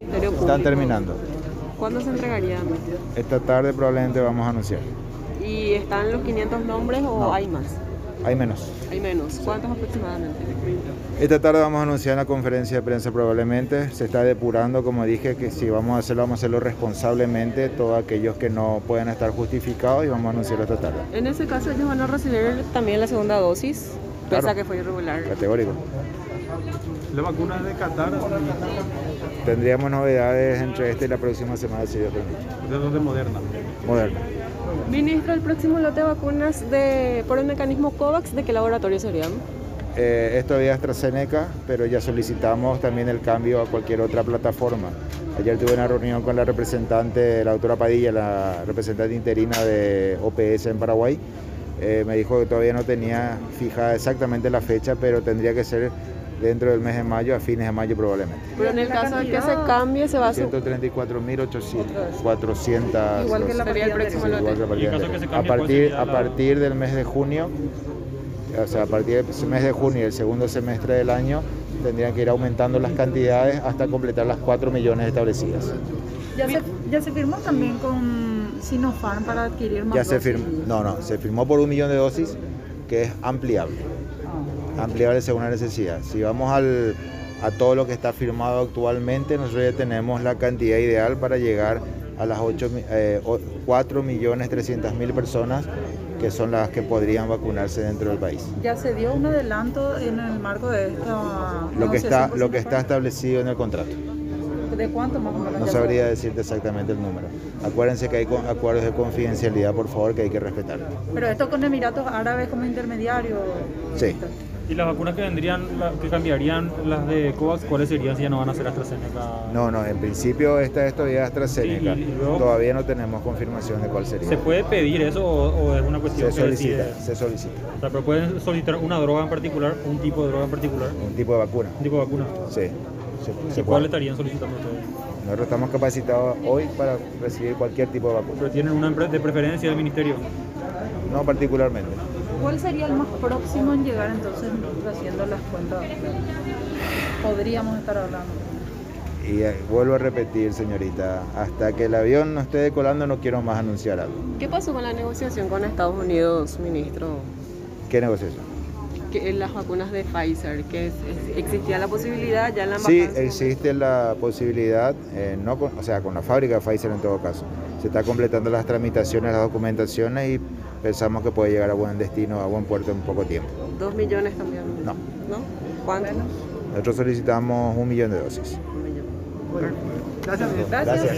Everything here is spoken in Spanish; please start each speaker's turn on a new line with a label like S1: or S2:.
S1: Ministerio
S2: Están
S1: Público.
S2: terminando.
S1: ¿Cuándo se entregarían?
S2: Esta tarde probablemente vamos a anunciar.
S1: ¿Y están los 500 nombres o
S2: No.
S1: hay más?
S2: Hay menos.
S1: Hay menos. ¿Cuántos aproximadamente?
S2: Esta tarde vamos a anunciar en la conferencia de prensa probablemente. Se está depurando, como dije, que si vamos a hacerlo, vamos a hacerlo responsablemente, todos aquellos que no puedan estar justificados y vamos a anunciarlo esta tarde.
S1: En ese caso ellos van a recibir también la segunda dosis, pese
S2: Claro.
S1: a que fue irregular.
S2: Categórico.
S3: La vacuna es de Qatar, o
S2: Tendríamos novedades entre esta y la próxima semana, si Dios permite.
S3: sea, son de Moderna.
S2: Moderno.
S1: Ministro, el próximo lote de vacunas de, por el mecanismo COVAX, ¿de qué laboratorio serían?
S2: Eh, es todavía AstraZeneca, pero ya solicitamos también el cambio a cualquier otra plataforma. Ayer tuve una reunión con la representante, la doctora Padilla, la representante interina de OPS en Paraguay. Eh, me dijo que todavía no tenía fijada exactamente la fecha, pero tendría que ser dentro del mes de mayo, a fines de mayo probablemente.
S1: Pero en el caso de que se cambie, se va a... su-
S2: 134.800.
S1: Igual que la
S2: dosis.
S1: partida el próximo
S2: Sí, igual
S1: lote.
S2: que la
S3: Y en
S2: partida
S3: caso
S2: anterior.
S3: que se
S2: a
S3: cambie, ¿cuál
S2: partir
S3: sería
S2: a
S3: la-
S2: partir del mes de junio o sea a partir del mes de junio el segundo semestre del año tendrían que ir aumentando las cantidades hasta completar las 4 millones establecidas
S4: Ya se, ya se firmó también con Sinopharm para adquirir más
S2: ya se
S4: dosis.
S2: firmó no no se firmó por un millón de dosis que es ampliable
S4: Ah.
S2: ampliable según la necesidad si vamos al a todo lo que está firmado actualmente nosotros ya tenemos la cantidad ideal para llegar a las 8, eh, o- 4 millones 300 mil personas que son las que podrían vacunarse dentro del país
S4: Ya se dio un adelanto en el marco de esta
S2: lo que está
S4: negociación con
S2: lo que está
S4: Sinopharm.
S2: establecido en el contrato
S4: ¿De cuánto más o menos?
S2: no
S4: ya
S2: sabría
S4: fue?
S2: decirte exactamente el número acuérdense que hay con- acuerdos de confidencialidad por favor que hay que respetar
S4: Pero esto con Emiratos Árabes como intermediario.
S2: sí
S3: ¿Y las vacunas que vendrían, la- que cambiarían las de COVAX, cuáles serían si ya no van a ser AstraZeneca?
S2: no no en principio esta es todavía AstraZeneca
S3: Sí, y luego-
S2: todavía no tenemos confirmación de cuál sería
S3: ¿Se puede pedir eso o, o es una cuestión
S2: se
S3: que eh. decide?
S2: solicita se solicita
S3: O sea, pero pueden solicitar una droga en particular, un tipo de droga en particular,
S2: un tipo de vacuna
S3: un tipo de vacuna.
S2: sí se-
S3: ¿Y
S2: se
S3: cuál
S2: puede.
S3: estarían solicitando ustedes?
S2: nosotros estamos capacitados hoy para recibir cualquier tipo de vacuna
S3: Pero tienen una empre- de preferencia del ministerio.
S2: no particularmente
S4: ¿Cuál sería el más próximo en llegar entonces nosotros haciendo las cuentas? Podríamos estar hablando.
S2: y eh, vuelvo a repetir señorita hasta que el avión no esté decolando no quiero más anunciar algo
S1: ¿Qué pasó con la negociación con Estados Unidos, ministro?
S2: ¿Qué negociación?
S1: Que las vacunas de Pfizer, que es- es- existía la posibilidad ya en la
S2: Sí,
S1: embajada en su
S2: existe la posibilidad, eh, no con- o sea, con la fábrica de Pfizer en todo caso. Se está completando las tramitaciones, las documentaciones y pensamos que puede llegar a buen destino, a buen puerto en poco tiempo.
S1: Dos millones también.
S2: No.
S1: ¿No? ¿Cuánto?
S2: Nosotros solicitamos un millón de dosis.
S1: Un millón.
S2: Gracias.